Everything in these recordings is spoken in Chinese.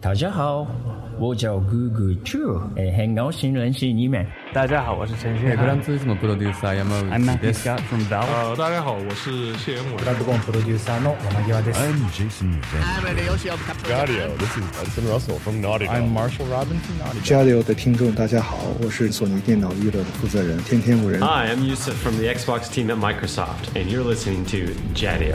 大家好，我叫 Google Chu，诶，很高兴认识你们。大家好，我是陈美勋国翰男。子いつもプロデューサー山 I'm 内 Matthew です Scott from Valve。呃，大家好，我是谢元伟。ブコンプロデューサーの山際です。 I'm Jason Van. Gaudio. This is Hudson Russell from Naughty Dog. I'm Marshall Robinson. Jalio 的听众，大家好，我是索尼电脑娱乐的负责人天天五人。 Hi, I'm Yusuf from the Xbox team at Microsoft, and you're listening to Jadio.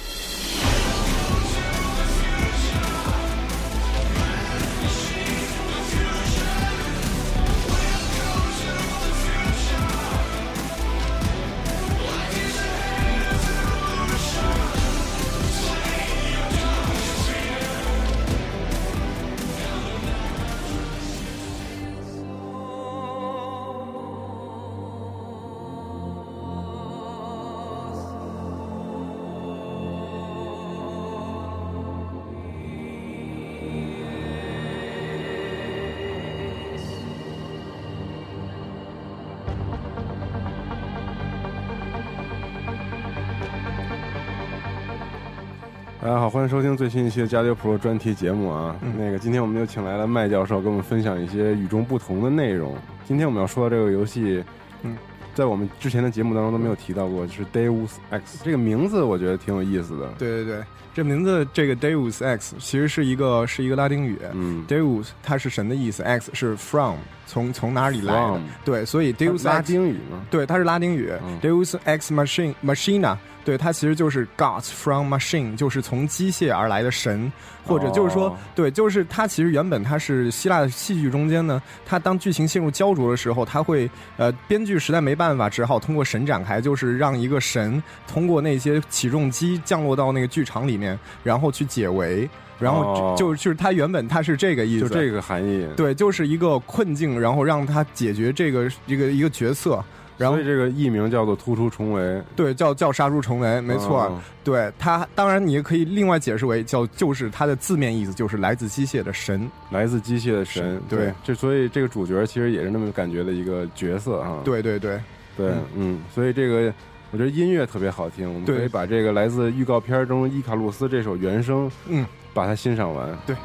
大家好，欢迎收听最新一期的《加丢 Pro》专题节目啊。那个，今天我们又请来了麦教授，跟我们分享一些与众不同的内容。今天我们要说的这个游戏，嗯，在我们之前的节目当中都没有提到过，就是 Deus X 这个名字，我觉得挺有意思的。对对对，这名字这个 Deus X 其实是一个是一个拉丁语。嗯 Deus 它是神的意思，X 是 from 从从哪里来的 From 对，所以 Deus 拉 X 丁语嘛，对它是拉丁语、嗯 Deus X Machine Machina，对它其实就是 God from Machine，就是从机械而来的神，或者就是说、哦对，就是它其实原本它是希腊戏剧中间呢，它当剧情陷入焦灼的时候，它会呃，编剧实在没办法，只好通过神展开，就是让一个神通过那些起重机降落到那个剧场里面，然后去解围，然后就、哦就就是它原本它是这个意思，就这个含义。对，就是一个困境，然后让他解决这个一个一个角色，然后所以这个译名叫做“突出重围对，叫叫杀出重围，没错。哦对它，当然你也可以另外解释为叫，就是它的字面意思就是来自机械的神。”，来自机械的神是。对这所以这个主角其实也是那么感觉的一个角色啊。对对对，对，嗯，所以这个我觉得音乐特别好听，我们对可以把这个来自预告片中伊卡洛斯这首原声，嗯，把它欣赏完。对。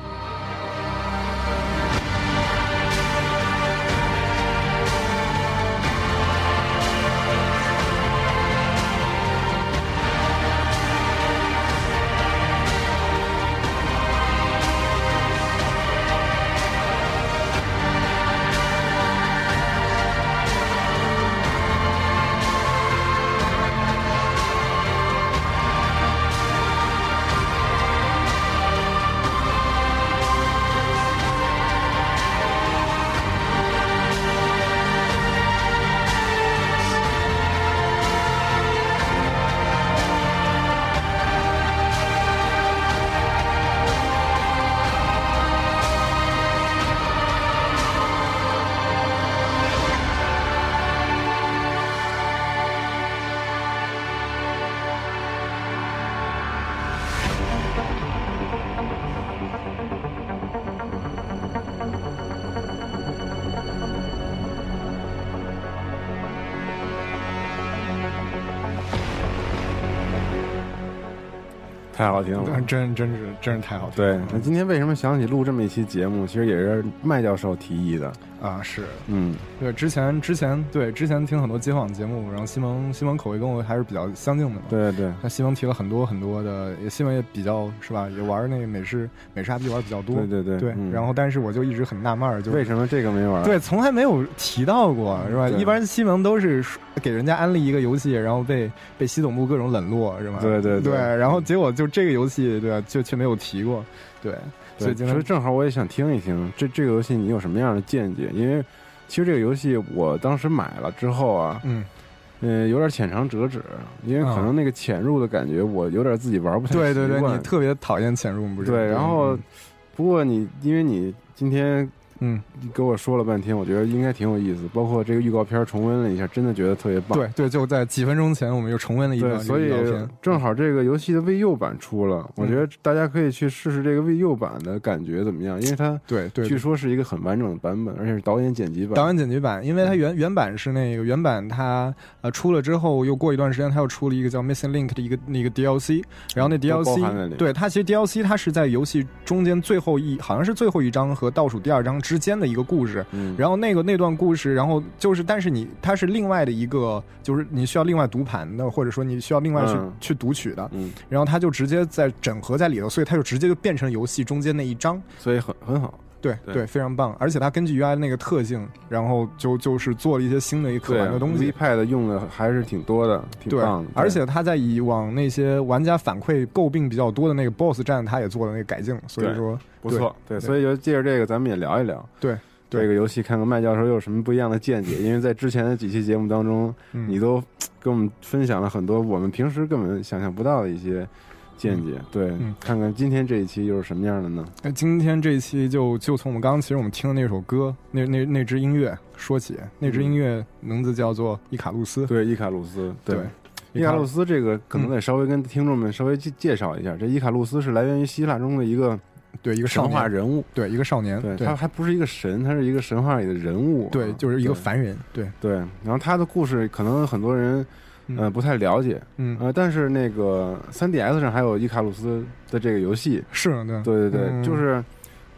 太好听了。真真是真是太好听对了。，那今天为什么想起录这么一期节目？其实也是麦教授提议的。啊是。嗯，对，之前之前对之前听很多街访节目，然后西蒙西蒙口味跟我还是比较相近的嘛。，对对，那西蒙提了很多很多的，也西蒙也比较是吧，也玩那个美式美式 RPG 玩比较多。对对对嗯然后但是我就一直很纳闷儿，就为么？什么这个没玩？啊对，从来没有提到过，是吧？嗯对一般西蒙都是给人家安利一个游戏，然后被 被西总部各种冷落，是吧？对对对对然后结果就这个游戏，对吧？就却没有提过，对，所以今对，所以天正好我也想听一听这这个游戏你有什么样的见解？因为其实这个游戏我当时买了之后啊，嗯，啊嗯，有点浅尝辄止，因为可能那个潜入的感觉，我有点自己玩不太习对惯。对对，你特别讨厌潜入，不是？对，然后嗯不过你因为你今天嗯，你给我说了半天，我觉得应该挺有意思。包括这个预告片重温了一下，真的觉得特别棒。对嗯对，就在几分钟前我们又重温了一对，遍所以这个预告片正好这个游戏的 VU 版出了，嗯我觉得大家可以去试试这个 VU 版的感觉怎么样，因为它对对，据说是一个很完整的版本，而且是导演剪辑版。导演剪辑版，因为它原原版是那个原版它呃出了之后，又过一段时间，它又出了一个叫 Missing Link 的一个那个 DLC，然后那都包含在 DLC 里面对它其实 DLC 它是在游戏中间最后一好像是最后一章和倒数第二章之间的一个故事，嗯，然后那个那段故事，然后就是，但是你它是另外的一个，就是你需要另外读盘的，或者说你需要另外去、嗯去读取的，嗯，然后它就直接在整合在里头，所以它就直接就变成游戏中间那一章。所以很很好。对对非常棒，而且它根据原来那个特性，然后就就是做了一些新的一可玩的东西。 ，VPad 用的还是挺多的，挺对棒的。，而且它在以往那些玩家反馈诟病比较多的那个 BOSS 战，它也做了那个改进，所以对说不错，对，对所以就借着这个，咱们也聊一聊。对对这个游戏，看看麦教授有什么不一样的见解。因为在之前的几期节目当中，嗯你都跟我们分享了很多我们平时根本想象不到的一些见解。对，嗯看看今天这一期又是什么样的呢？那今天这一期就就从我们刚刚其实我们听的那首歌，那那那支音乐说起，那嗯支音乐名字叫做《伊卡路斯》。对，伊卡路斯，对，伊卡路斯这个可能得稍微跟听众们稍微介介绍一下，这伊卡路斯是来源于希腊中的一个对一个少神话年，人物，对一个少年，对，对他还不是一个神，他是一个神话里的人物啊，对就是一个对凡人，对，对，然后他的故事可能很多人呃嗯不太了解，嗯，呃，但是那个 3DS 上还有伊卡鲁斯的这个游戏，是的，对对对，嗯就是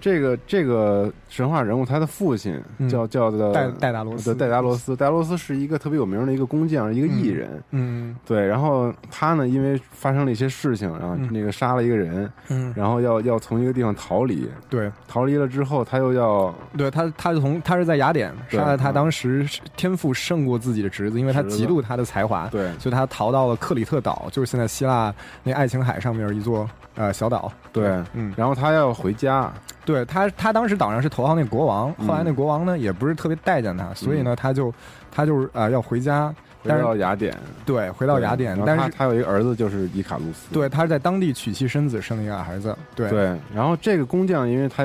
这个这个神话人物他的父亲嗯叫、叫的戴戴达罗斯，对戴达罗，斯，戴达罗斯是一个特别有名的一个工匠，一个艺人。嗯对，然后他呢，因为发生了一些事情，然后嗯那个杀了一个人，嗯，然后要要从一个地方逃离，对逃离了之后，他又要对，他他是从他是在雅典对杀了他嗯当时是天赋胜过自己的侄子，因为他侄子嫉妒他的才华，对所以他逃到了克里特岛，就是现在希腊那爱琴海上面一座呃小岛，对，嗯。然后他要回家，对他，他当时岛上是头号那国王，嗯后来那国王呢也不是特别待见他，所以呢他就他就是啊、呃要回家，回但到是雅典，对回到雅典对，然后但他是他有一个儿子就是伊卡路斯，对他是在当地娶妻生子，生了一个儿子，对对，然后这个工匠，因为他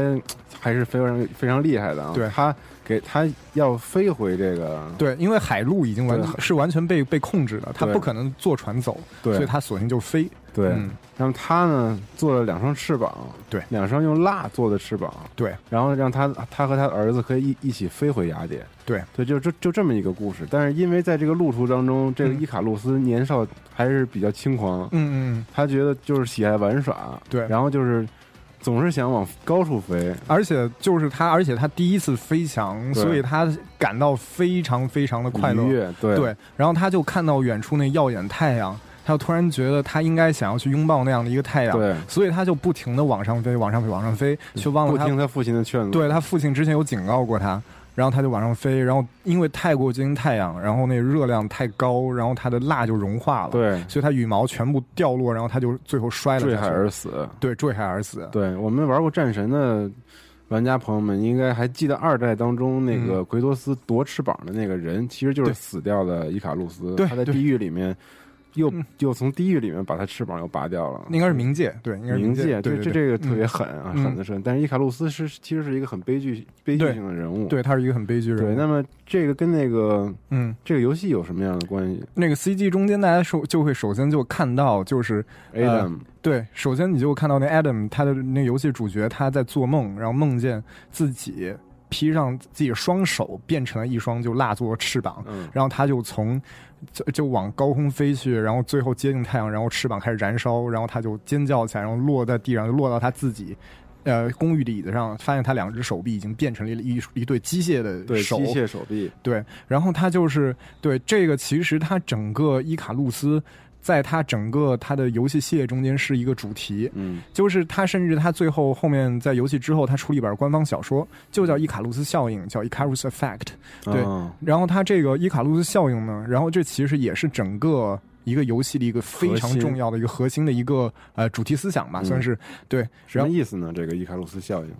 还是非常非常厉害的啊，对他给他要飞回这个，对因为海路已经完对是完全被被控制的，他对不可能坐船走，对所以他索性就飞，对，嗯然后他呢做了两双翅膀，对两双用蜡做的翅膀，对然后让他他和他的儿子可以一一起飞回雅典，对对，就就就这么一个故事。但是因为在这个路途当中，这个嗯伊卡路斯年少还是比较轻狂，嗯嗯，他觉得就是喜爱玩耍，对然后就是总是想往高处飞，而且就是他，而且他第一次飞翔，对所以他感到非常非常的快乐愉，悦，对对，然后他就看到远处那耀眼太阳，他就突然觉得他应该想要去拥抱那样的一个太阳，对嗯所以他就不停的往上飞，往上飞，往上飞，却忘不了听他他父亲的劝阻，对他父亲之前有警告过他，然后他就往上飞，然后因为太过接近太阳，然后那热量太高，然后他的蜡就融化了，，对，所以他羽毛全部掉落，然后他就最后摔了下去，坠海而死。对坠海而死，对我们玩过战神的玩家朋友们，应该还记得二代当中那个奎托斯夺翅膀的那个人，其实就是嗯对死掉的伊卡路斯，对他在对嗯地狱里面又又从地狱里面把他翅膀又拔掉了。应该是冥界，对，应该是冥界，对对这这对这个特别狠啊，嗯狠的是，但是伊卡路斯是其实是一个很悲剧悲剧对性的人物，对，他是一个很悲剧的人对。物，那么这个跟那个嗯。这个游戏有什么样的关系那个 CG 中间，大家首就会首先就看到，就是呃？Adam，对，首先你就看到那 Adam，他的那游戏主角他在做梦，然后梦见自己披上自己的双手变成了一双就蜡做的翅膀，嗯，然后他就从就就往高空飞去，然后最后接近太阳，然后翅膀开始燃烧，然后他就尖叫起来，然后落在地上，就落到他自己。呃，公寓的椅子上，发现他两只手臂已经变成了一一一对机械的对，机手，械手臂，对，然后他就是对这个，其实他整个伊卡路斯，在他整个他的游戏系列中间是一个主题，嗯，就是他甚至他最后后面在游戏之后，他出了一本官方小说，就叫《伊卡路斯效应》，叫《Icarus Effect》。对啊然后他这个伊卡路斯效应呢，然后这其实也是整个一个游戏的一个非核常心重要的一个核心的一个呃主题思想吧，嗯算是对。什然么后意思呢？这个伊卡路斯效应，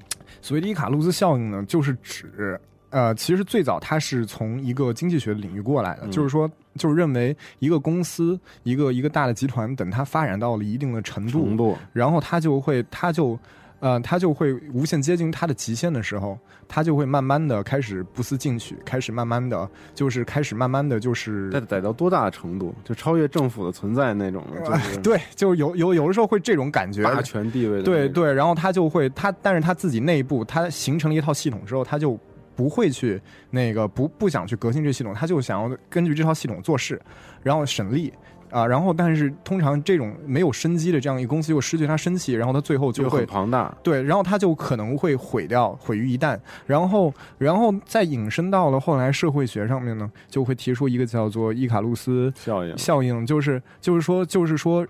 所谓的伊卡路斯效应呢，就是指，呃，其实最早它是从一个经济学领域过来的，嗯就是说，就是认为一个公司、一个一个大的集团，等它发展到了一定的程度，程度，然后它就会，它就。呃，它就会无限接近它的极限的时候，它就会慢慢的开始不思进取，开始慢慢的就是开始慢慢的就是得逮到多大的程度，就超越政府的存在那种， 就是对，就是有有有的时候会这种感觉，霸权地位的那种。对对，然后他就会他，但是他自己内部他形成了一套系统之后，他就不会去那个不不想去革新这系统，他就想要根据这套系统做事，然后省力啊、然后但是通常这种没有生机的这样一个公司就失去它生气，然后它最后就就很会庞大。对，然后它就可能会毁掉，毁于一旦。然后，然后再引申到了后来社会学上面呢，就会提出一个叫做伊卡洛斯效应，效应就是就是说就是说，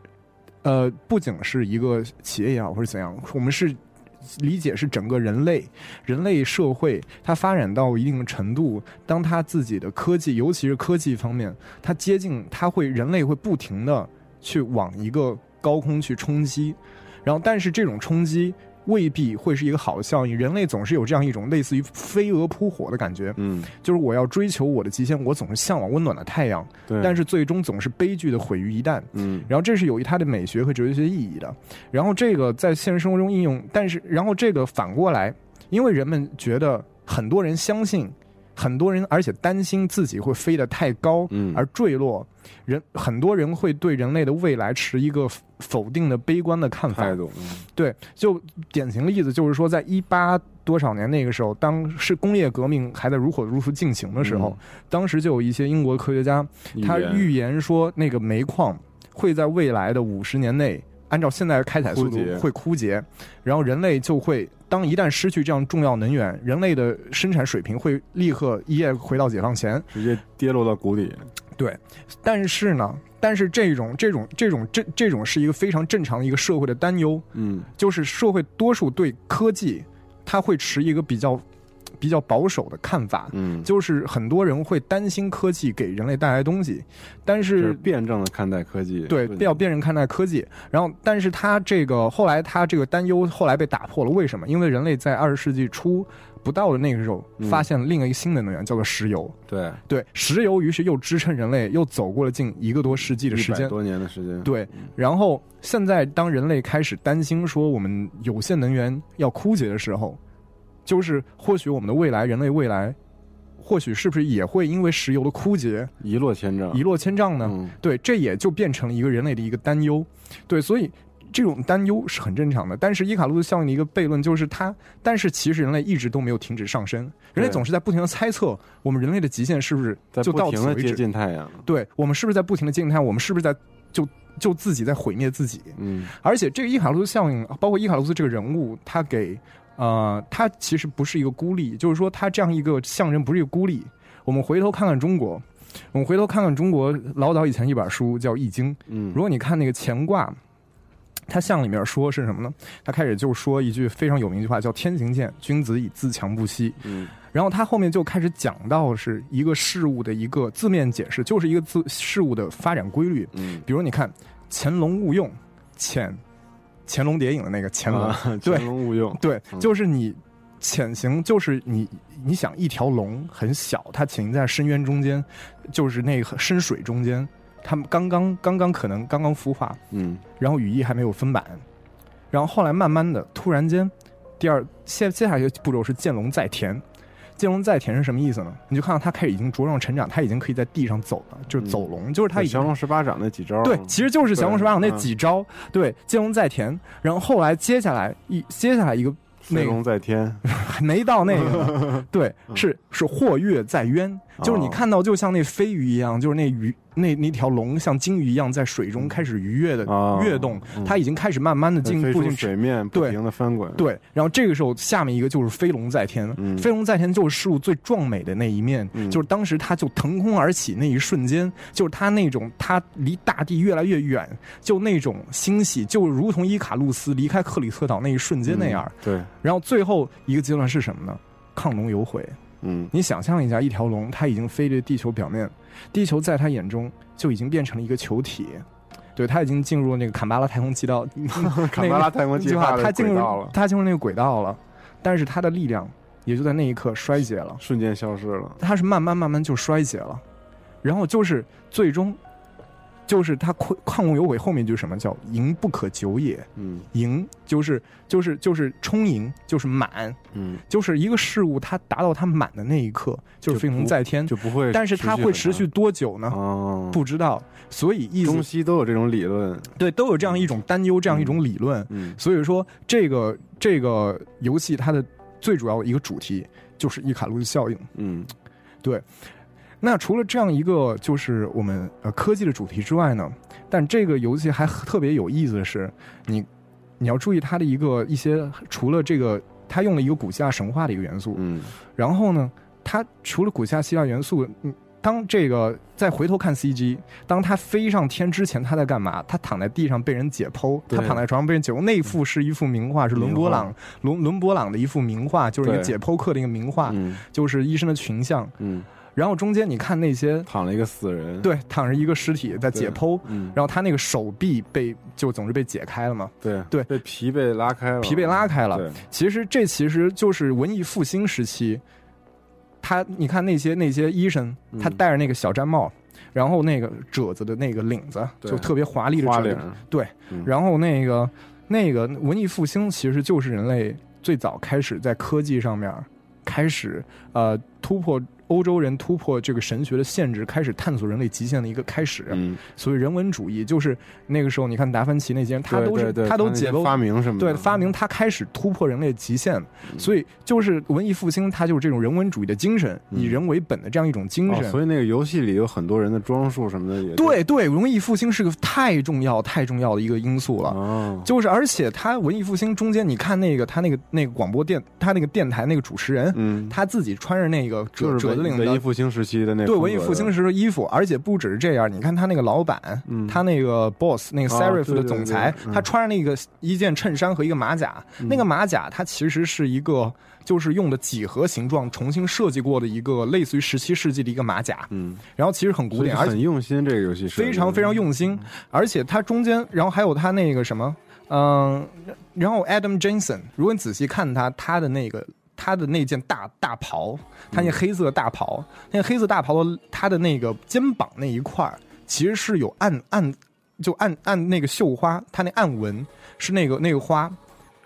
呃，不仅是一个企业也好，或者怎样，我们是理解是整个人类人类社会它发展到一定的程度，当它自己的科技，尤其是科技方面，它接近，它会人类会不停的去往一个高空去冲击，然后但是这种冲击。未必会是一个好的效应，人类总是有这样一种类似于飞蛾扑火的感觉，嗯，就是我要追求我的极限，我总是向往温暖的太阳，对。但是，是最终总是悲剧的毁于一旦。嗯，然后这是有它的美学和哲学意义的。然后这个在现实生活中应用，但是然后这个反过来，因为人们觉得很多人相信，很多人而且担心自己会飞得太高，嗯而坠落。人很多人会对人类的未来持一个否定的、悲观的看法态。度，对，就典型例子就是说，在一八多少年那个时候，当是工业革命还在如火如荼进行的时候，嗯当时就有一些英国科学家，嗯他言预言说那个煤矿会在未来的五十年内，按照现在的开采速枯度竭会枯竭，然后人类就会当一旦失去这样重要能源，人类的生产水平会立刻一夜回到解放前。直接跌落到谷底，但是呢，但是这种这种这种这这种是一个非常正常的一个社会的担忧，嗯，就是社会多数对科技，他会持一个比较比较保守的看法，嗯，就是很多人会担心科技给人类带来东西，但就是是。辩证的看待科技，对，不要辨认看待科技，然后，但是他这个后来他这个担忧后来被打破了，为什么？因为人类在二十世纪初不到的那个时候，嗯发现另一个新的能源叫做石油。对，对，石油于是又支撑人类又走过了近一个多世纪的时一百间，多嗯年的时间，对，然后现在当人类开始担心说我们有限能源要枯竭的时候，就是或许我们的未来，人类未来，或许是不是也会因为石油的枯竭一落千丈，一落千丈呢？啊嗯对，这也就变成了一个人类的一个担忧。对，所以这种担忧是很正常的。但是伊卡洛斯效应的一个悖论就是它，但是其实人类一直都没有停止上升，人类对总是在不停的猜测我们人类的极限是不是在就不到停此的为接止。近太阳，对我们是不是在不停的惊叹？我们是不是在就就自己在毁灭自己？嗯，而且这个伊卡洛斯效应，包括伊卡洛斯这个人物，他给呃，他其实不是一个孤立，就是说他这样一个象征不是一个孤立。我们回头看看中国，我们回头看看中国老早以前一本书叫《易经》，嗯，如果你看那个乾卦。它象里面说是什么呢？他开始就说一句非常有名的一句话，叫“天行健，君子以自强不息”。嗯，然后他后面就开始讲到是一个事物的一个字面解释，就是一个字事物的发展规律。嗯，比如你看“潜龙勿用”，潜潜龙谍影的那个潜 龙， 啊对潜龙勿用，对嗯，就是你潜行，就是你你想一条龙很小，它潜行在深渊中间，就是那个深水中间，它们刚刚刚刚可能刚刚孵化，嗯，然后羽翼还没有分版，然后后来慢慢的，突然间，第二接接下来一个步骤是见龙在田。见龙在田是什么意思呢？你就看到它开始已经茁壮成长，它已经可以在地上走了，就是嗯走龙，就是它就已经降龙十八掌那几招，对，其实就是降龙十八掌那对嗯几招，对，见龙在田。然后后来接下来一接下来一个那飞个龙在天，还没到那个 呢，对，是是或跃在渊，就是你嗯哦看到就像那飞鱼一样，就是那鱼那那条龙像鲸鱼一样在水中开始愉跃的哦跃动嗯，它已经开始慢慢的 进飞步出进水面，不对停的翻滚，，对，然后这个时候下面一个就是飞龙在天，嗯飞龙在天就是事物最壮美的那一面，嗯就是当时它就腾空而起那一瞬间，就是它那种它离大地越来越远，就那种欣喜，就如同伊卡洛斯离开克里特岛那一瞬间那样。嗯对，然后最后一个阶段是什么呢？亢龙有悔。 嗯，你想象一下，一条龙它已经飞离地球表面，地球在它眼中就已经变成了一个球体，对，它已经进入那个坎巴拉太空轨道，卡巴拉太空计计划划啊的它进轨入道了，它进入那个轨道了，但是它的力量也就在那一刻衰竭了，瞬间消失了，它是慢慢慢慢就衰竭了，然后就是最终就是他旷旷物有悔后面一句什么叫赢不可久也，嗯赢就是就是就是充盈，就是满，嗯，就是一个事物它达到它满的那一刻，就是飞龙在天。就不会很长，嗯但是它会持续多久呢？哦，不知道，所以意思中西都有这种理论，对都有这样一种担忧，这样一种理论。嗯所以说，这个这个游戏它的最主要的一个主题就是伊卡洛斯效应。嗯那除了这样一个就是我们呃科技的主题之外呢，但这个游戏还特别有意思的是，你你要注意它的一个一些除了这个，它用了一个古希腊神话的一个元素，嗯然后呢，它除了古希腊希腊元素，嗯，当这个再回头看 CG，当他飞上天之前，他在干嘛？他躺在地上被人解剖，对他躺在床上被人解剖。那幅是一幅名画，是伦勃朗伦伦勃朗的一幅名画，就是一个对解剖课的一个名画，嗯就是医生的群像。嗯，然后中间你看那些躺了一个死人，，对躺着一个尸体在解剖，嗯，然后他那个手臂被就总是被解开了嘛，对对被皮被拉开了，皮被拉开了。对，其实这其实就是文艺复兴时期，他你看那些那些医生，嗯他戴着那个小毡帽，然后那个褶子的那个领子对就特别华丽的花褶领子，，对嗯，然后那个那个文艺复兴其实就是人类最早开始在科技上面开始呃突破。欧洲人突破这个神学的限制，开始探索人类极限的一个开始。嗯，所以人文主义就是那个时候，你看达芬奇那些人，他对都是对对他都那些解剖发明什么的，对，发明它开始突破人类极限，嗯所以就是文艺复兴，它就是这种人文主义的精神，嗯以人为本的这样一种精哦神。所以那个游戏里有很多人的装束什么的也，对对，文艺复兴是个太重要、太重要的一个因素了。哦，就是，而且它文艺复兴中间，你看那个他那个那个广播电，他那个电台那个主持人，嗯，他自己穿着那个就褶是褶子领的文文艺复兴时期的那对风格文艺复兴时候衣服，而且不只是这样，你看他那个老板，嗯他那个 boss 那个啊 serif 对的对总对裁，嗯他穿着那个一件衬衫和一个马甲，那个马甲它其实是一个就是用的几何形状重新设计过的一个类似于十七世纪的一个马甲，嗯，然后其实很古所以典，而且很用心这个游戏设计，非常非常用心，而且它中间，然后还有它那个什么，嗯、然后 Adam Jensen，如果你仔细看他他的那个他的那件大大袍，他那黑色的大袍，那个黑色大袍的他的那个肩膀那一块儿，其实是有暗暗就暗暗那个绣花，他那暗纹是那个那个花，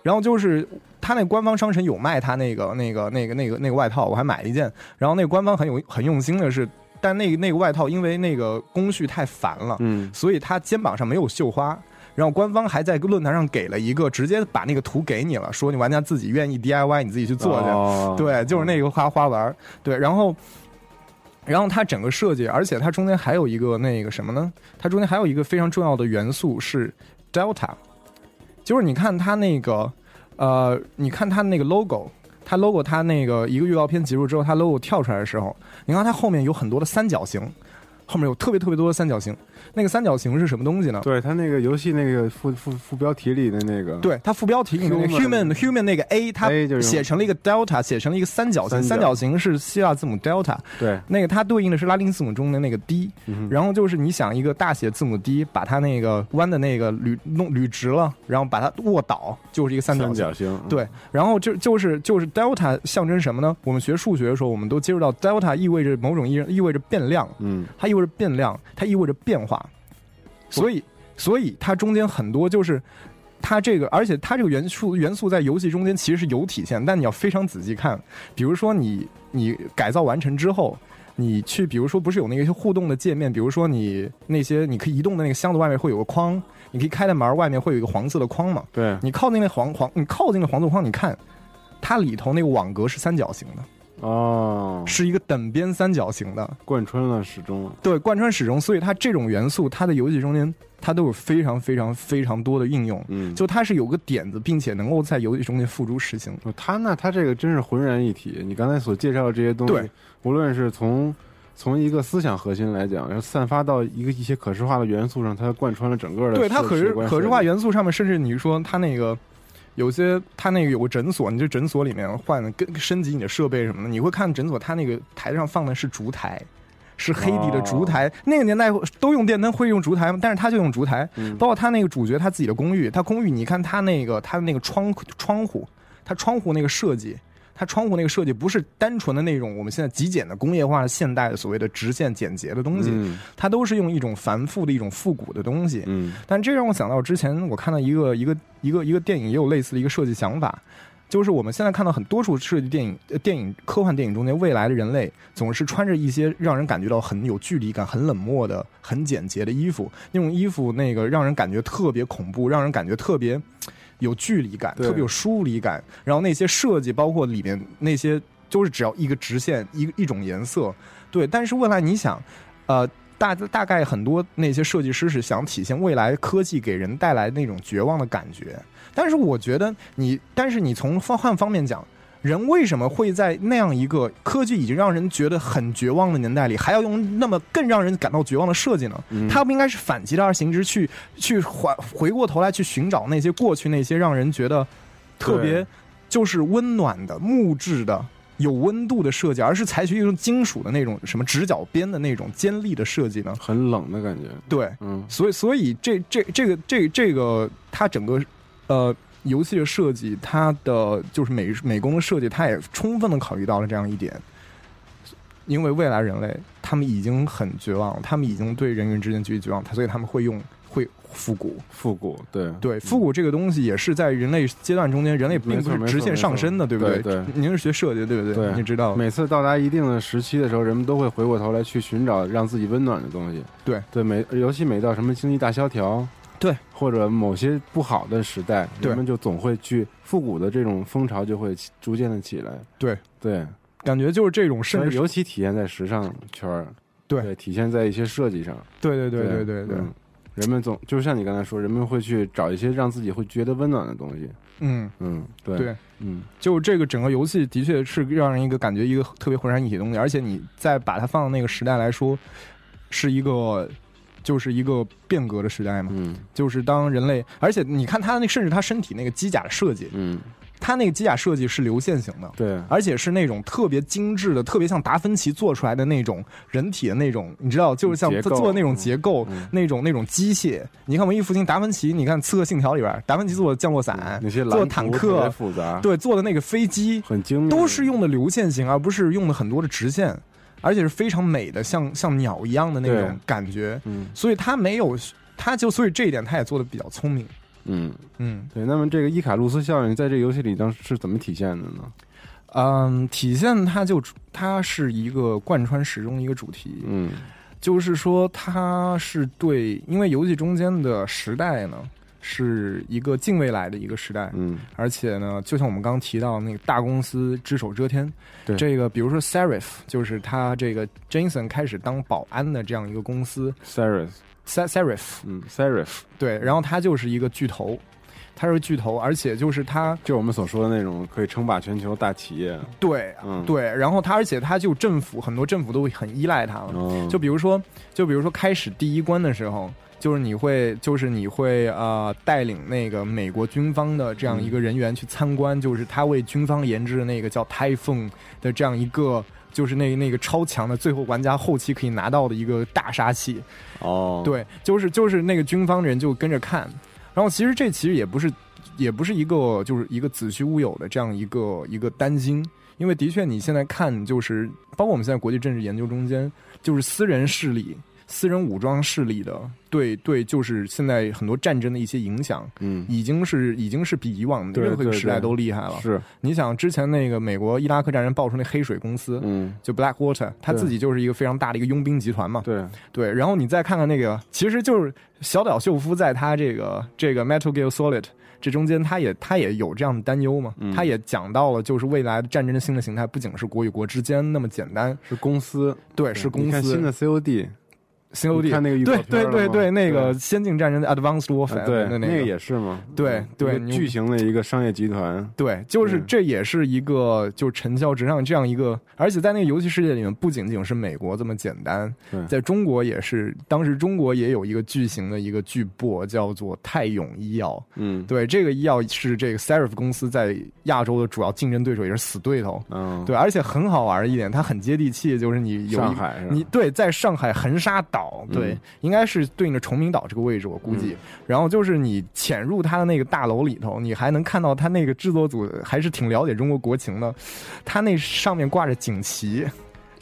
然后就是。他那官方商城有卖他那个那个那个那个那个外套，我还买了一件。然后那个官方很有很用心的是，但那个那个外套因为那个工序太烦了，嗯，所以他肩膀上没有绣花。然后官方还在论坛上给了一个，直接把那个图给你了，说你玩家自己愿意 DIY，你自己去做去。哦对，就是那个花花纹儿。对，然后，然后它整个设计，而且它中间还有一个那个什么呢？它中间还有一个非常重要的元素是 Delta，就是你看它那个，呃，你看它那个 logo。它 logo，它那个一个预告片结束之后，它 logo 跳出来的时候，你看它后面有很多的三角形，后面有特别特别多的三角形。那个三角形是什么东西呢？对他那个游戏那个副副副标题里的那个，对，它副标题里面那个 human Human human 那个 a，它 A 就是写成了一个 delta，写成了一个三角形，三角三角形是希腊字母 delta，对，那个它对应的是拉丁字母中的那个 d，、嗯然后就是你想一个大写字母 d，把它那个弯的那个捋弄捋直了，然后把它卧倒，就是一个三角三形。角形，对，然后就就是就是 delta 象征什么呢？我们学数学的时候，我们都接触到 delta 意味着某种意意味着变量，嗯，它意味着变量，它意味着变化，所以所以它中间很多就是它这个，而且它这个元素元素在游戏中间其实是有体现，但你要非常仔细看，比如说你你改造完成之后。你去，比如说，不是有那个互动的界面，比如说你那些你可以移动的那个箱子外面会有个框，你可以开的门，外面会有一个黄色的框嘛？对，你靠近那黄黄，你靠近那黄色框，你看它里头那个网格是三角形的，哦，是一个等边三角形的，贯穿了始终，对，贯穿始终，所以它这种元素，它的游戏中间它都有非常非常非常多的应用，嗯，就它是有个点子，并且能够在游戏中间付诸实行。哦他那他这个真是浑然一体。你刚才所介绍的这些东西对，无论是从从一个思想核心来讲，然后散发到一个一些可视化的元素上，它贯穿了整个的对，它世可视世观可视化设计元素上面，甚至你说它那个。有些它那个有个诊所，你这诊所里面换跟升级你的设备什么的，你会看诊所它那个台子上放的是烛台，是黑底的哦烛台。那个年代都用电灯会用烛台吗？但是他就用烛台，嗯包括他那个主角他自己的公寓，他公寓你看他那个他的那个窗窗户，他窗户那个设计，它窗户那个设计不是单纯的那种我们现在极简的工业化的现代的所谓的直线简洁的东西，嗯它都是用一种繁复的一种复古的东西。嗯但这让我想到之前我看到一个一个一个一个电影也有类似的一个设计想法，就是我们现在看到很多数设计电影、呃电影科幻电影中间，未来的人类总是穿着一些让人感觉到很有距离感、很冷漠的、很简洁的衣服，那种衣服那个让人感觉特别恐怖，让人感觉特别。呃有距离感，对特别有疏离感，然后那些设计，包括里面那些，就是只要一个直线，一一种颜色，对。但是未来你想，呃，大大概很多那些设计师是想体现未来科技给人带来那种绝望的感觉，但是我觉得你，但是你从方换方面讲，人为什么会在那样一个科技已经让人觉得很绝望的年代里，还要用那么更让人感到绝望的设计呢？它不应该是反其道而行之，去去还回过头来去寻找那些过去那些让人觉得特别就是温暖的木质的。有温度的设计，而是采取一种金属的那种什么直角边的那种尖利的设计呢？很冷的感觉，对，嗯所以所以这这这个这这个它整个呃游戏的设计，它的就是美美工的设计，它也充分的考虑到了这样一点。因为未来人类他们已经很绝望了，他们已经对人与人之间距离绝望，他所以他们会用会复古。复古，对对，复古这个东西也是在人类阶段中间，人类并没不错是没错直线上升的，没对错不对？对对您是学设计的，对不对？对你知道，每次到达一定的时期的时候，人们都会回过头来去寻找让自己温暖的东西。对对，每尤其每到什么经济大萧条，对，或者某些不好的时代，对人们就总会去复古的这种风潮就会起逐渐的起来。对对，感觉就是这种，甚甚至至尤其体现在时尚圈儿，对体现在一些设计上。对对对对对对，嗯人们总就像你刚才说，人们会去找一些让自己会觉得温暖的东西。嗯，嗯，对，对。嗯，就这个整个游戏的确是让人一个感觉一个特别浑然一体的东西，而且你再把它放到那个时代来说，是一个就是一个变革的时代嘛，嗯，就是当人类，而且你看他那甚至他身体那个机甲的设计，嗯，他那个机甲设计是流线型的，对，而且是那种特别精致的，特别像达芬奇做出来的那种人体的那种，你知道，就是像结他构做的那种结构，嗯那种那种机械。你看文艺复兴，达芬奇，你看《刺客信条》里边，达芬奇做的降落伞，嗯那些蓝做图坦特别克，复杂，，对，做的那个飞机，很精密，都是用的流线型，啊而不是用的很多的直线，而且是非常美的，像像鸟一样的那对种感觉。嗯所以他没有，他就所以这一点他也做的比较聪明。嗯，嗯对。那么这个伊卡路斯效应在这个游戏里当时是怎么体现的呢？嗯，体现它就它是一个贯穿始终的一个主题。嗯，就是说它是对，因为游戏中间的时代呢是一个近未来的一个时代，嗯，而且呢，就像我们刚刚提到那个大公司只手遮天，对这个比如说 Serif，就是他这个 Jason 开始当保安的这样一个公司 s e r i f ，Ser- Serif 嗯 s e r i f 对，然后他就是一个巨头。他是个巨头，而且就是他就我们所说的那种可以称霸全球大企业，对、嗯对，然后他而且他就政府很多政府都很依赖他了，哦就比如说，就比如说开始第一关的时候，就是你会，就是你会呃带领那个美国军方的这样一个人员去参观，就是他为军方研制的那个叫 Typhoon 的这样一个。就是那那个超强的最后玩家后期可以拿到的一个大杀器，哦，，对，就是就是那个军方人就跟着看，然后其实这其实也不是也不是一个就是一个子虚乌有的这样一个一个担心，因为的确你现在看就是包括我们现在国际政治研究中间，就是私人势力、私人武装势力的对对，就是现在很多战争的一些影响，嗯，已经是已经是比以往对任何一个对时代对都厉害了。是，你想之前那个美国伊拉克战争爆出那黑水公司。嗯，就 Blackwater，它对自己就是一个非常大的一个佣兵集团嘛，对，对，然后你再看看那个，其实就是小岛秀夫在他这个这个 Metal Gear Solid 这中间，他也他也有这样的担忧嘛，嗯他也讲到了，就是未来的战争的新的形态，不仅是国与国之间那么简单，是公司，对，是公你看司新的 COD， COD，你看那个预告对片对了对吗对，那对个《仙境战争》的 Advanced 啊 Warfare 对，的那个个也是嘛，对嗯对一个你巨型的一个商业集团，对，就是嗯这也是一个就是尘嚣之上这样一个，而且在那个游戏世界里面，不仅仅是美国这么简单对，在中国也是，当时中国也有一个巨型的一个巨擘叫做泰永医药，嗯，，对，这个医药是这个 Serif 公司在亚洲的主要竞争对手，也是死对头。嗯，对，而且很好玩一点，它很接地气，就是你有一上海是吧你对在上海横沙岛，对，嗯应该是对应着崇明岛这个位置，我估计。然后就是你潜入他的那个大楼里头，你还能看到他那个制作组还是挺了解中国国情的，他那上面挂着锦旗。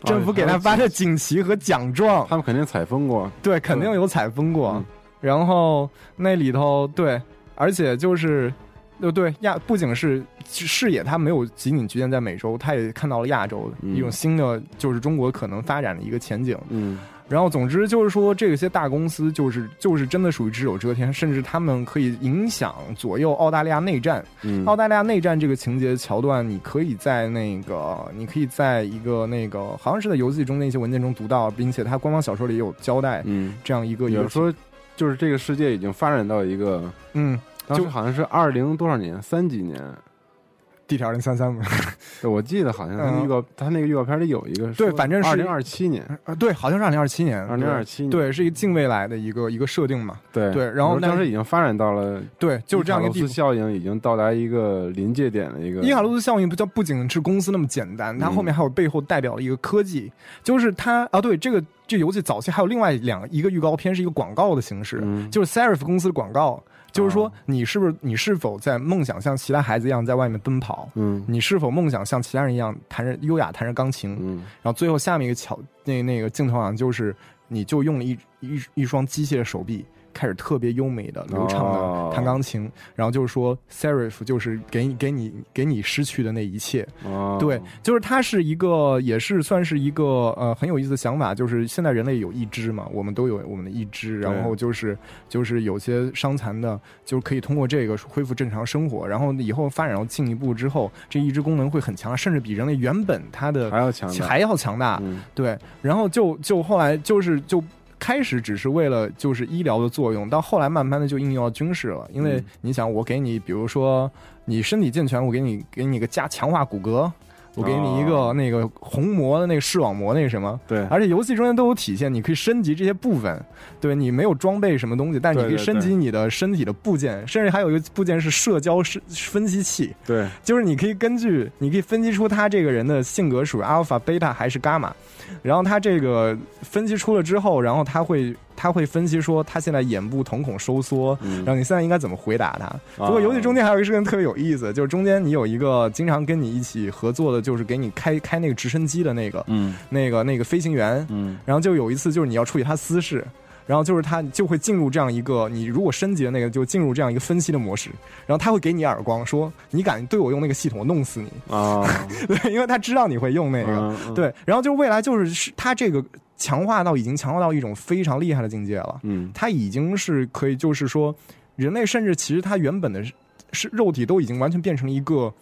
政哦府给他发的锦旗和奖状，他们肯定采风过，对，肯定有采风过。嗯然后那里头对，而且就是，对对亚，不仅是视野，它没有仅仅局限在美洲，它也看到了亚洲嗯一种新的，就是中国可能发展的一个前景。嗯，然后，总之就是说，这些大公司就是就是真的属于只手遮天，甚至他们可以影响左右澳大利亚内战。嗯澳大利亚内战这个情节桥段，你可以在那个，你可以在一个那个，好像是在游戏中的一些文件中读到，并且它官方小说里也有交代嗯，这样一个。有人，说就是这个世界已经发展到一个，嗯，当时好像是二零多少年，三几年，地条零三三嘛，对我记得好像他那嗯预告，他那个预告片里有一个说，对反正是二零二七年， 啊，对，好像是二零二七年，二零二七年，对，是一个近未来的一个一个设定嘛，对对然后我说但当是时已经发展到了，对，就是这样一个伊卡地洛步斯。效应已经到达一个临界点的一个，嗯伊卡洛斯效应不叫不仅是公司那么简单，它后面还有背后代表了一个科技，就是它啊，对这个这游戏早期还有另外两个一个预告片是一个广告的形式，嗯哦就是 Serif 公司的广告，就是说你是不是你是否在梦想像其他孩子一样在外面奔跑，嗯你是否梦想像其他人一样弹着优雅弹着钢琴，嗯然后最后下面一个巧那那个镜头好像就是你就用了一一一双机械的手臂。开始特别优美的、流畅哦的弹钢琴，然后就是说，Serif 就是给你、给你、给你失去的那一切，哦，对，就是它是一个，也是算是一个呃很有意思的想法，就是现在人类有义肢嘛，我们都有我们的义肢，对然后就是就是有些伤残的，就是可以通过这个恢复正常生活，然后以后发展到进一步之后，这义肢功能会很强，甚至比人类原本它的还要强大，还要强大，嗯对，然后就就后来就是就开始只是为了就是医疗的作用，到后来慢慢的就应用到军事了，因为嗯你想，我给你比如说你身体健全，我给你给你个加强化骨骼。我给你一个哦那个虹膜的那个视网膜那个什么，对，而且游戏中间都有体现，你可以升级这些部分。对你没有装备什么东西，但你可对以对升级对你的身体的部件，甚至还有一个部件是社交是分析器，对， 就是你可以根据，你可以分析出他这个人的性格属于阿尔法、贝塔还是伽马，然后他这个分析出了之后，然后他会他会分析说他现在眼部瞳孔收缩，嗯啊然后你现在应该怎么回答他。不过游戏中间还有一个事情特别有意思，就是中间你有一个经常跟你一起合作的，就是给你开开那个直升机的那个嗯那个那个飞行员，嗯然后就有一次就是你要处理他私事。然后就是他就会进入这样一个，你如果升级的那个就进入这样一个分析的模式，然后他会给你耳光，说你敢对我用那个系统，我弄死你。 啊，对，因为他知道你会用那个。嗯，对，然后就是未来就是是他这个强化到已经强化到一种非常厉害的境界了，嗯他已经是可以就是说，人类甚至其实他原本的是是肉体都已经完全变成了一个，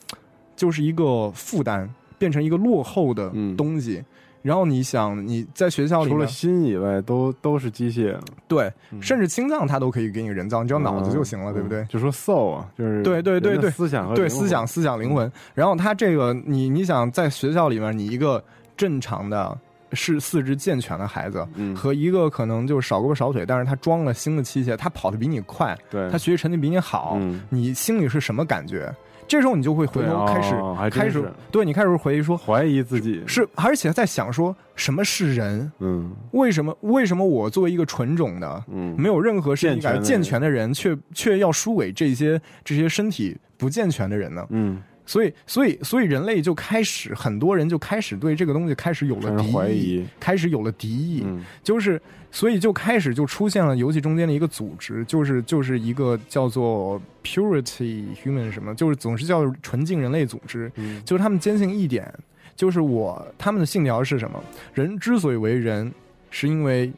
就是一个负担，变成一个落后的嗯东西。然后你想你在学校嗯，里除了面心以外，都都是机械，对，嗯甚至心脏它都可以给你人造，你只要脑子就行了，嗯对不对？就说 soul 啊，就是对对对人的对思想和对，啊灵魂嗯思想、思想、灵魂。然后他这个，你你想在学校里面，你一个正常的是四肢健全的孩子，嗯和一个可能就是少胳膊少腿，但是他装了新的器械，他跑得比你快，对他学习成绩比你好，嗯你心里是什么感觉？这时候你就会回对头哦开始、还真开是始，对你开始回忆说，怀疑自己，是，而且在想说什么是人？嗯为什么为什么我作为一个纯种的，嗯，没有任何身体感健健全全的人，却却要输给这些这些身体不健全的人呢？嗯，所以，所以，所以人类就开始，很多人就开始对这个东西开始有了开始敌怀意，疑，开始有了敌意，嗯就是，所以就开始就出现了游戏中间的一个组织，就是就是一个叫做 Purity Human 什么，就是总是叫纯净人类组织，嗯就是他们坚信一点，就是我他们的信条是什么？人之所以为人，是因为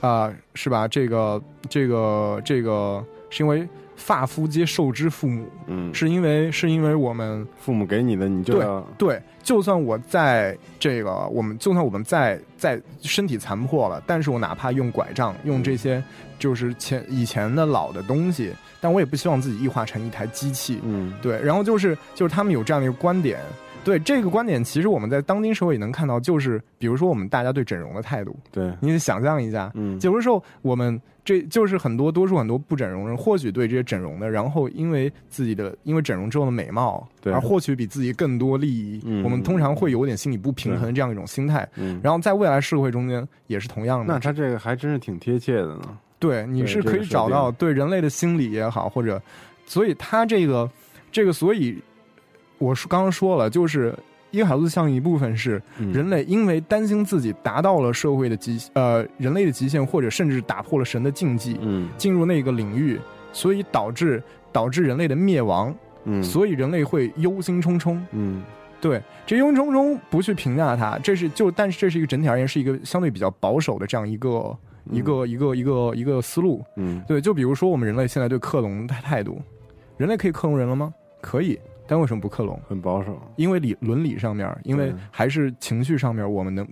啊、是吧？这个这个这个，是因为发肤皆受之父母，嗯，是因为是因为我们父母给你的，你就对要对，就算我在这个我们就算我们在在身体残破了，但是我哪怕用拐杖，用这些就是前以前的老的东西，但我也不希望自己异化成一台机器，嗯对，然后就是就是他们有这样的一个观点，对这个观点，其实我们在当今社会也能看到，就是比如说我们大家对整容的态度，对，你得想象一下，嗯有的时候我们这就是很多多数很多不整容人，或许对这些整容的，然后因为自己的因为整容之后的美貌，对而获取比自己更多利益，嗯我们通常会有点心理不平衡的这样一种心态。嗯，然后在未来社会中间也是同样的，那他这个还真是挺贴切的呢。对，你对是这可个以设找定到对人类的心理也好，或者，所以他这个这个，所以我说刚刚说了，就是因海路效应一部分是嗯人类因为担心自己达到了社会的极呃人类的极限，或者甚至打破了神的禁忌，嗯进入那个领域，所以导致导致人类的灭亡，嗯，所以人类会忧心忡忡。嗯对，这忧心忡忡不去评价它，这是就但是这是一个整体而言是一个相对比较保守的这样一个。一个一个一个一个思路，嗯对，就比如说我们人类现在对克隆的态度，人类可以克隆人了吗？可以，但为什么不克隆？很保守。因为理伦理上面，因为对还是情绪上面，我们能，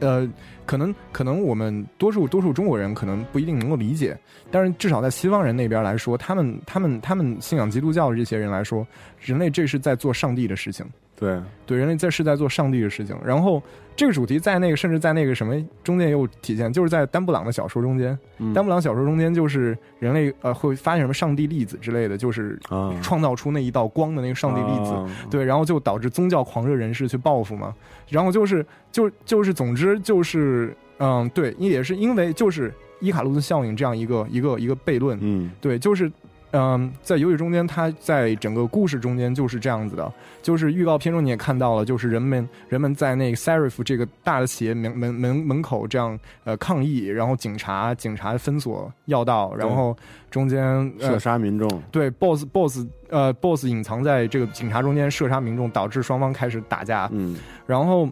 呃，可能可能我们多数多数中国人可能不一定能够理解，但是至少在西方人那边来说，他们他们他们信仰基督教的这些人来说，人类这是在做上帝的事情。对，对，人类在是在做上帝的事情。然后这个主题在那个，甚至在那个什么中间也有体现，就是在丹布朗的小说中间，嗯丹布朗小说中间就是人类呃会发现什么上帝粒子之类的，就是啊，创造出那一道光的那个上帝粒子。啊对，然后就导致宗教狂热人士去报复嘛。然后就是就就是，总之就是嗯，对，也是因为就是伊卡洛斯效应这样一个一个一个悖论，嗯对，就是，嗯，在游戏中间，它在整个故事中间就是这样子的，就是预告片中你也看到了，就是人们人们在那个 Serif 这个大的企业门门门门口这样呃抗议，然后警察警察封锁要道，然后中间射呃杀民众，对 boss boss 呃 boss 隐藏在这个警察中间射杀民众，导致双方开始打架，嗯然后。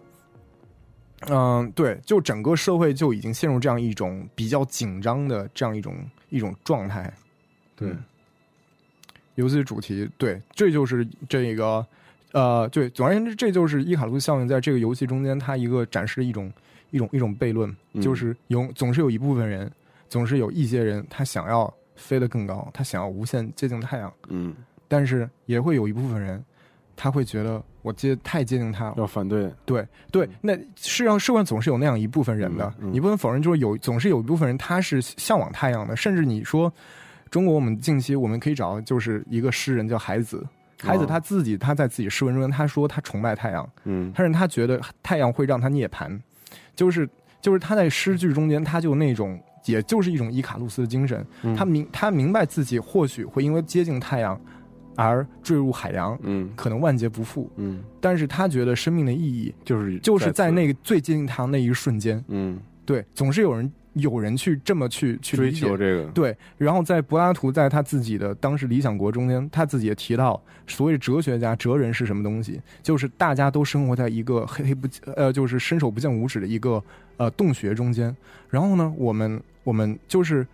嗯，对，就整个社会就已经陷入这样一种比较紧张的这样一种一种状态，对，游戏主题，对，这就是这个，呃，对，总而言之，这就是伊卡洛斯效应在这个游戏中间，它一个展示一种一种一种悖论，嗯就是有总是有一部分人，总是有一些人，他想要飞得更高，他想要无限接近太阳，嗯，但是也会有一部分人，他会觉得我接太接近他了，要反对，对对，那世上社会上总是有那样一部分人的，嗯嗯嗯你不能否认，就是有总是有一部分人他是向往太阳的，甚至你说中国，我们近期我们可以找就是一个诗人叫海子，海子哦他自己、他在自己诗文中间他说他崇拜太阳，嗯但是他觉得太阳会让他涅槃，就是就是他在诗句中间他就那种。也就是一种伊卡洛斯的精神，嗯他明他明白自己或许会因为接近太阳而坠入海洋，嗯可能万劫不复，嗯，但是他觉得生命的意义就是就是在那个个最接近他那一瞬间，嗯对，总是有人有人去这么去去追理求解。这个，对，然后在柏拉图在他自己的当时《理想国》中间，他自己也提到，所谓哲学家、哲人是什么东西？就是大家都生活在一个黑黑不呃，就是伸手不见五指的一个呃洞穴中间。然后呢，我们我们就是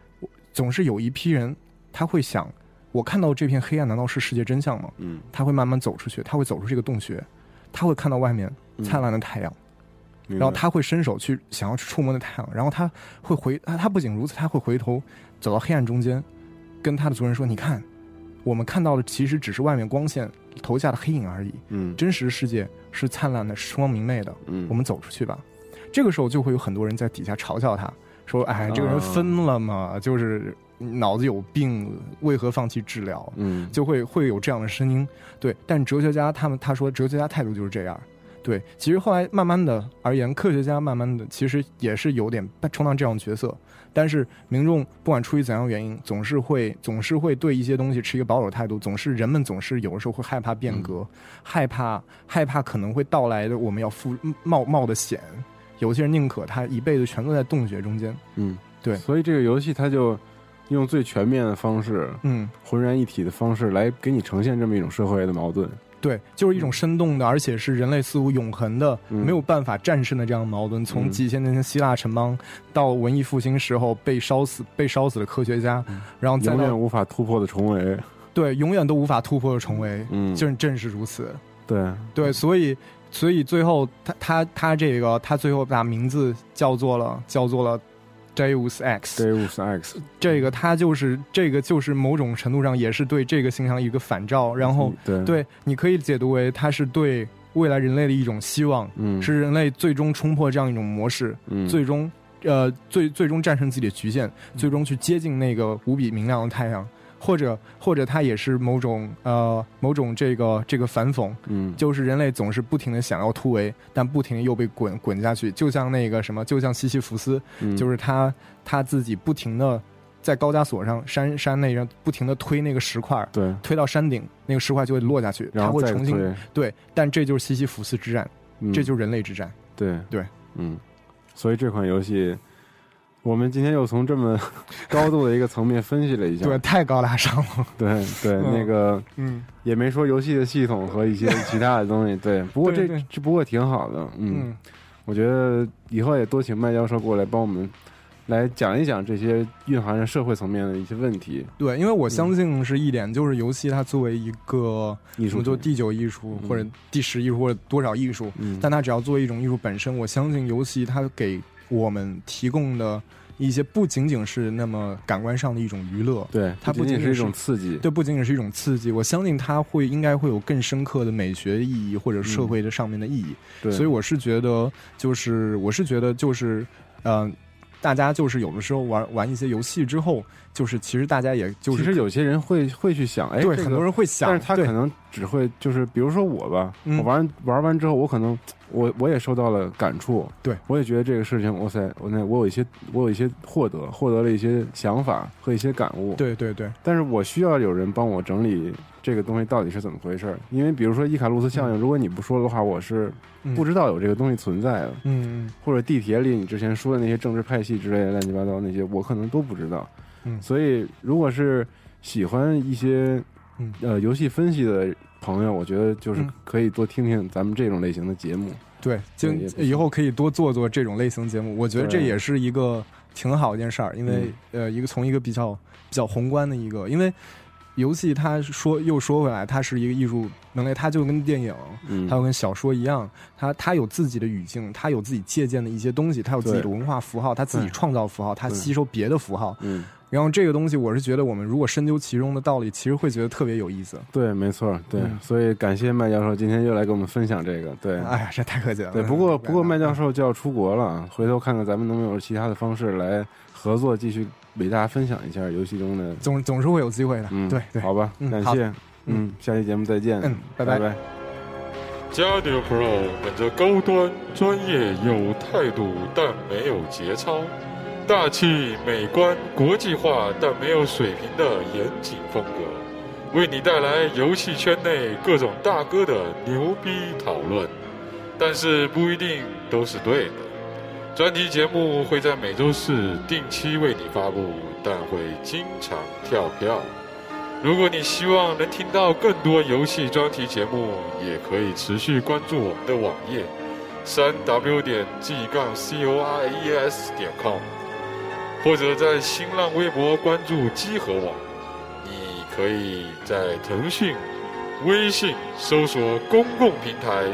总是有一批人，他会想，我看到这片黑暗，难道是世界真相吗？嗯，他会慢慢走出去，他会走出这个洞穴，他会看到外面嗯灿烂的太阳。明白然后他会伸手去想要去触摸那太阳，然后他会回他他不仅如此，他会回头走到黑暗中间，跟他的族人说：“你看，我们看到的其实只是外面光线投下的黑影而已，嗯真实世界是灿烂的，是光明媚的。嗯，我们走出去吧。”这个时候就会有很多人在底下嘲笑他，说：“哎，这个人啊疯了嘛，就是脑子有病，为何放弃治疗？”嗯就会会有这样的声音。对，但哲学家他们他说哲学家态度就是这样。对，其实后来慢慢的而言，科学家慢慢的其实也是有点充当这样的角色，但是民众不管出于怎样的原因，总是会总是会对一些东西持一个保守态度，总是人们总是有的时候会害怕变革，害怕害怕可能会到来的我们要付冒冒的险，有些人宁可他一辈子全都在洞穴中间，嗯对所以这个游戏它就用最全面的方式，嗯，浑然一体的方式来给你呈现这么一种社会的矛盾，对，就是一种生动的，而且是人类似乎永恒的、嗯没有办法战胜的这样的矛盾。从几千年前希腊城邦到文艺复兴时候被烧死、被烧死的科学家，然后再嗯永到远无法突破的重围。对永远都无法突破的重围，嗯，正正是如此。对，对，所以所以最后他他他这个他最后把名字叫做了叫做了 Deus X， Deus X，这个他就是这个就是某种嗯程度上也是对这个形象一个反照，然后。对对，你可以解读为他是对未来人类的一种希望，嗯是人类最终冲破这样一种模式，嗯最终呃最最终战胜自己的局限，最终去接近那个无比明亮的太阳，或者或者它也是某种呃某种这个这个反讽，嗯就是人类总是不停的想要突围，但不停的又被滚滚下去，就像那个什么，就像西西弗斯，嗯就是他他自己不停的在高加索上山山那上不停的推那个石块，对，推到山顶，那个石块就会落下去，然他后会再重新推对，但这就是西西弗斯之战，嗯这就是人类之战。对对，嗯，所以这款游戏，我们今天又从这么 高度的一个层面分析了一下，对，太高大上了。对对，嗯那个嗯也没说游戏的系统和一些其他的东西， 对，不过对这对这不过挺好的，嗯，嗯，我觉得以后也多请麦教授过来帮我们来讲一讲这些蕴含着社会层面的一些问题，对，因为我相信是一点，就是游戏它作为一个嗯艺什术么做品第九艺术嗯或者第十艺术或者多少艺术，嗯，但它只要作为一种艺术本身，我相信游戏它给我们提供的一些不仅仅是那么感官上的一种娱乐，对，它不仅仅是一是种刺激，对，不仅仅是一种刺激，我相信它会应该会有更深刻的美学意义或者嗯社会的上面的意义。对，所以我是觉得，就是我是觉得，就是嗯、呃大家就是有的时候玩玩一些游戏之后，就是其实大家也就其是实有些人会会去想，哎，对、这很个多人会想，但是他对可能只会就是，比如说我吧，嗯我玩玩完之后，我可能我我也受到了感触，对我也觉得这个事情，哇塞，我那我有一些我有一些获得，获得了一些想法和一些感悟，，对对对但是我需要有人帮我整理这个东西到底是怎么回事儿，因为比如说伊卡洛斯效应，如果你不说的话，我是嗯不知道有这个东西存在的，嗯嗯或者地铁里你之前说的那些政治派系之类的乱七八糟那些，我可能都不知道。嗯所以如果是喜欢一些嗯呃游戏分析的朋友，我觉得就是嗯可以多听听咱们这种类型的节目。对，就对也不错以后可以多做做这种类型节目，我觉得这对也是一个挺好一件事儿，因为、呃，一个从一个比较比较宏观的一个，因为游戏它说又说回来，它是一个艺术能力，它就跟电影。嗯它，要跟小说一样，它它有自己的语境，它有自己借鉴的一些东西，它有自己的对文化符号，它自己对创造符号，它对吸收别的符号。嗯，然后这个东西，我是觉得我们如果深究其中的道理，其实会觉得特别有意思。对，没错，对。嗯所以感谢麦教授今天又来给我们分享这个。对，哎呀，这太客气了。对。不过不过麦教授，授就要出国了，啊回头看看咱们能不能有其他的方式来合作，继续为大家分享一下游戏中的。总总是会有机会的。嗯，对对，好吧，嗯感好谢，嗯，下期节目再见，嗯拜拜拜拜加牛 Pro 本着高端、专业、有态度，但没有节操；大气、美观、国际化，但没有水平的严谨风格，为你带来游戏圈内各种大哥的牛逼讨论，但是不一定都是对的。专题节目会在每周四定期为你发布，但会经常跳票。如果你希望能听到更多游戏专题节目，也可以持续关注我们的网页，三 w 点 g 杠 c o r e s 点 com，或者在新浪微博关注机核网。你可以在腾讯、微信搜索公共平台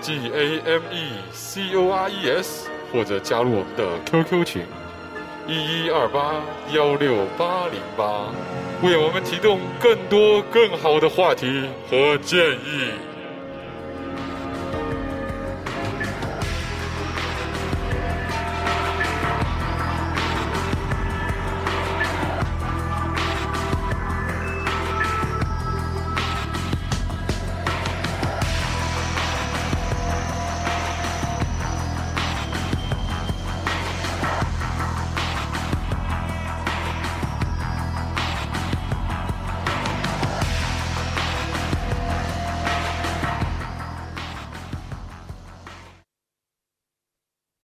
g a m e c o r e s，或者加入我们的 QQ 群一一二八幺六八零八。为我们提供更多更好的话题和建议。